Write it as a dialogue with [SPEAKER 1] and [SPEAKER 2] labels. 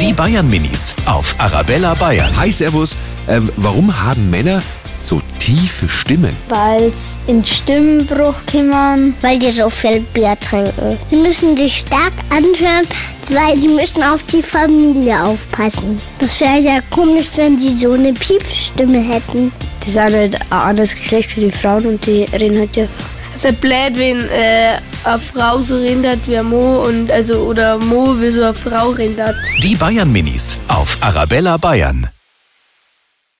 [SPEAKER 1] Die Bayern Minis auf Arabella Bayern.
[SPEAKER 2] Hi Servus, ähm, warum haben Männer so tiefe Stimmen?
[SPEAKER 3] weil sie in Stimmbruch kümmern.
[SPEAKER 4] weil die so viel Bier trinken. Sie müssen sich stark anhören, weil sie müssen auf die Familie aufpassen. Das wäre ja komisch, wenn sie so eine Piepstimme hätten.
[SPEAKER 3] Die sind halt ein anderes Geschlecht wie die Frauen und die reden halt ja.
[SPEAKER 5] Es ist blöd, wenn äh, eine Frau so rendert wie ein Mo und also oder Mo wie so eine Frau rendert.
[SPEAKER 1] Die Bayern Minis auf Arabella Bayern.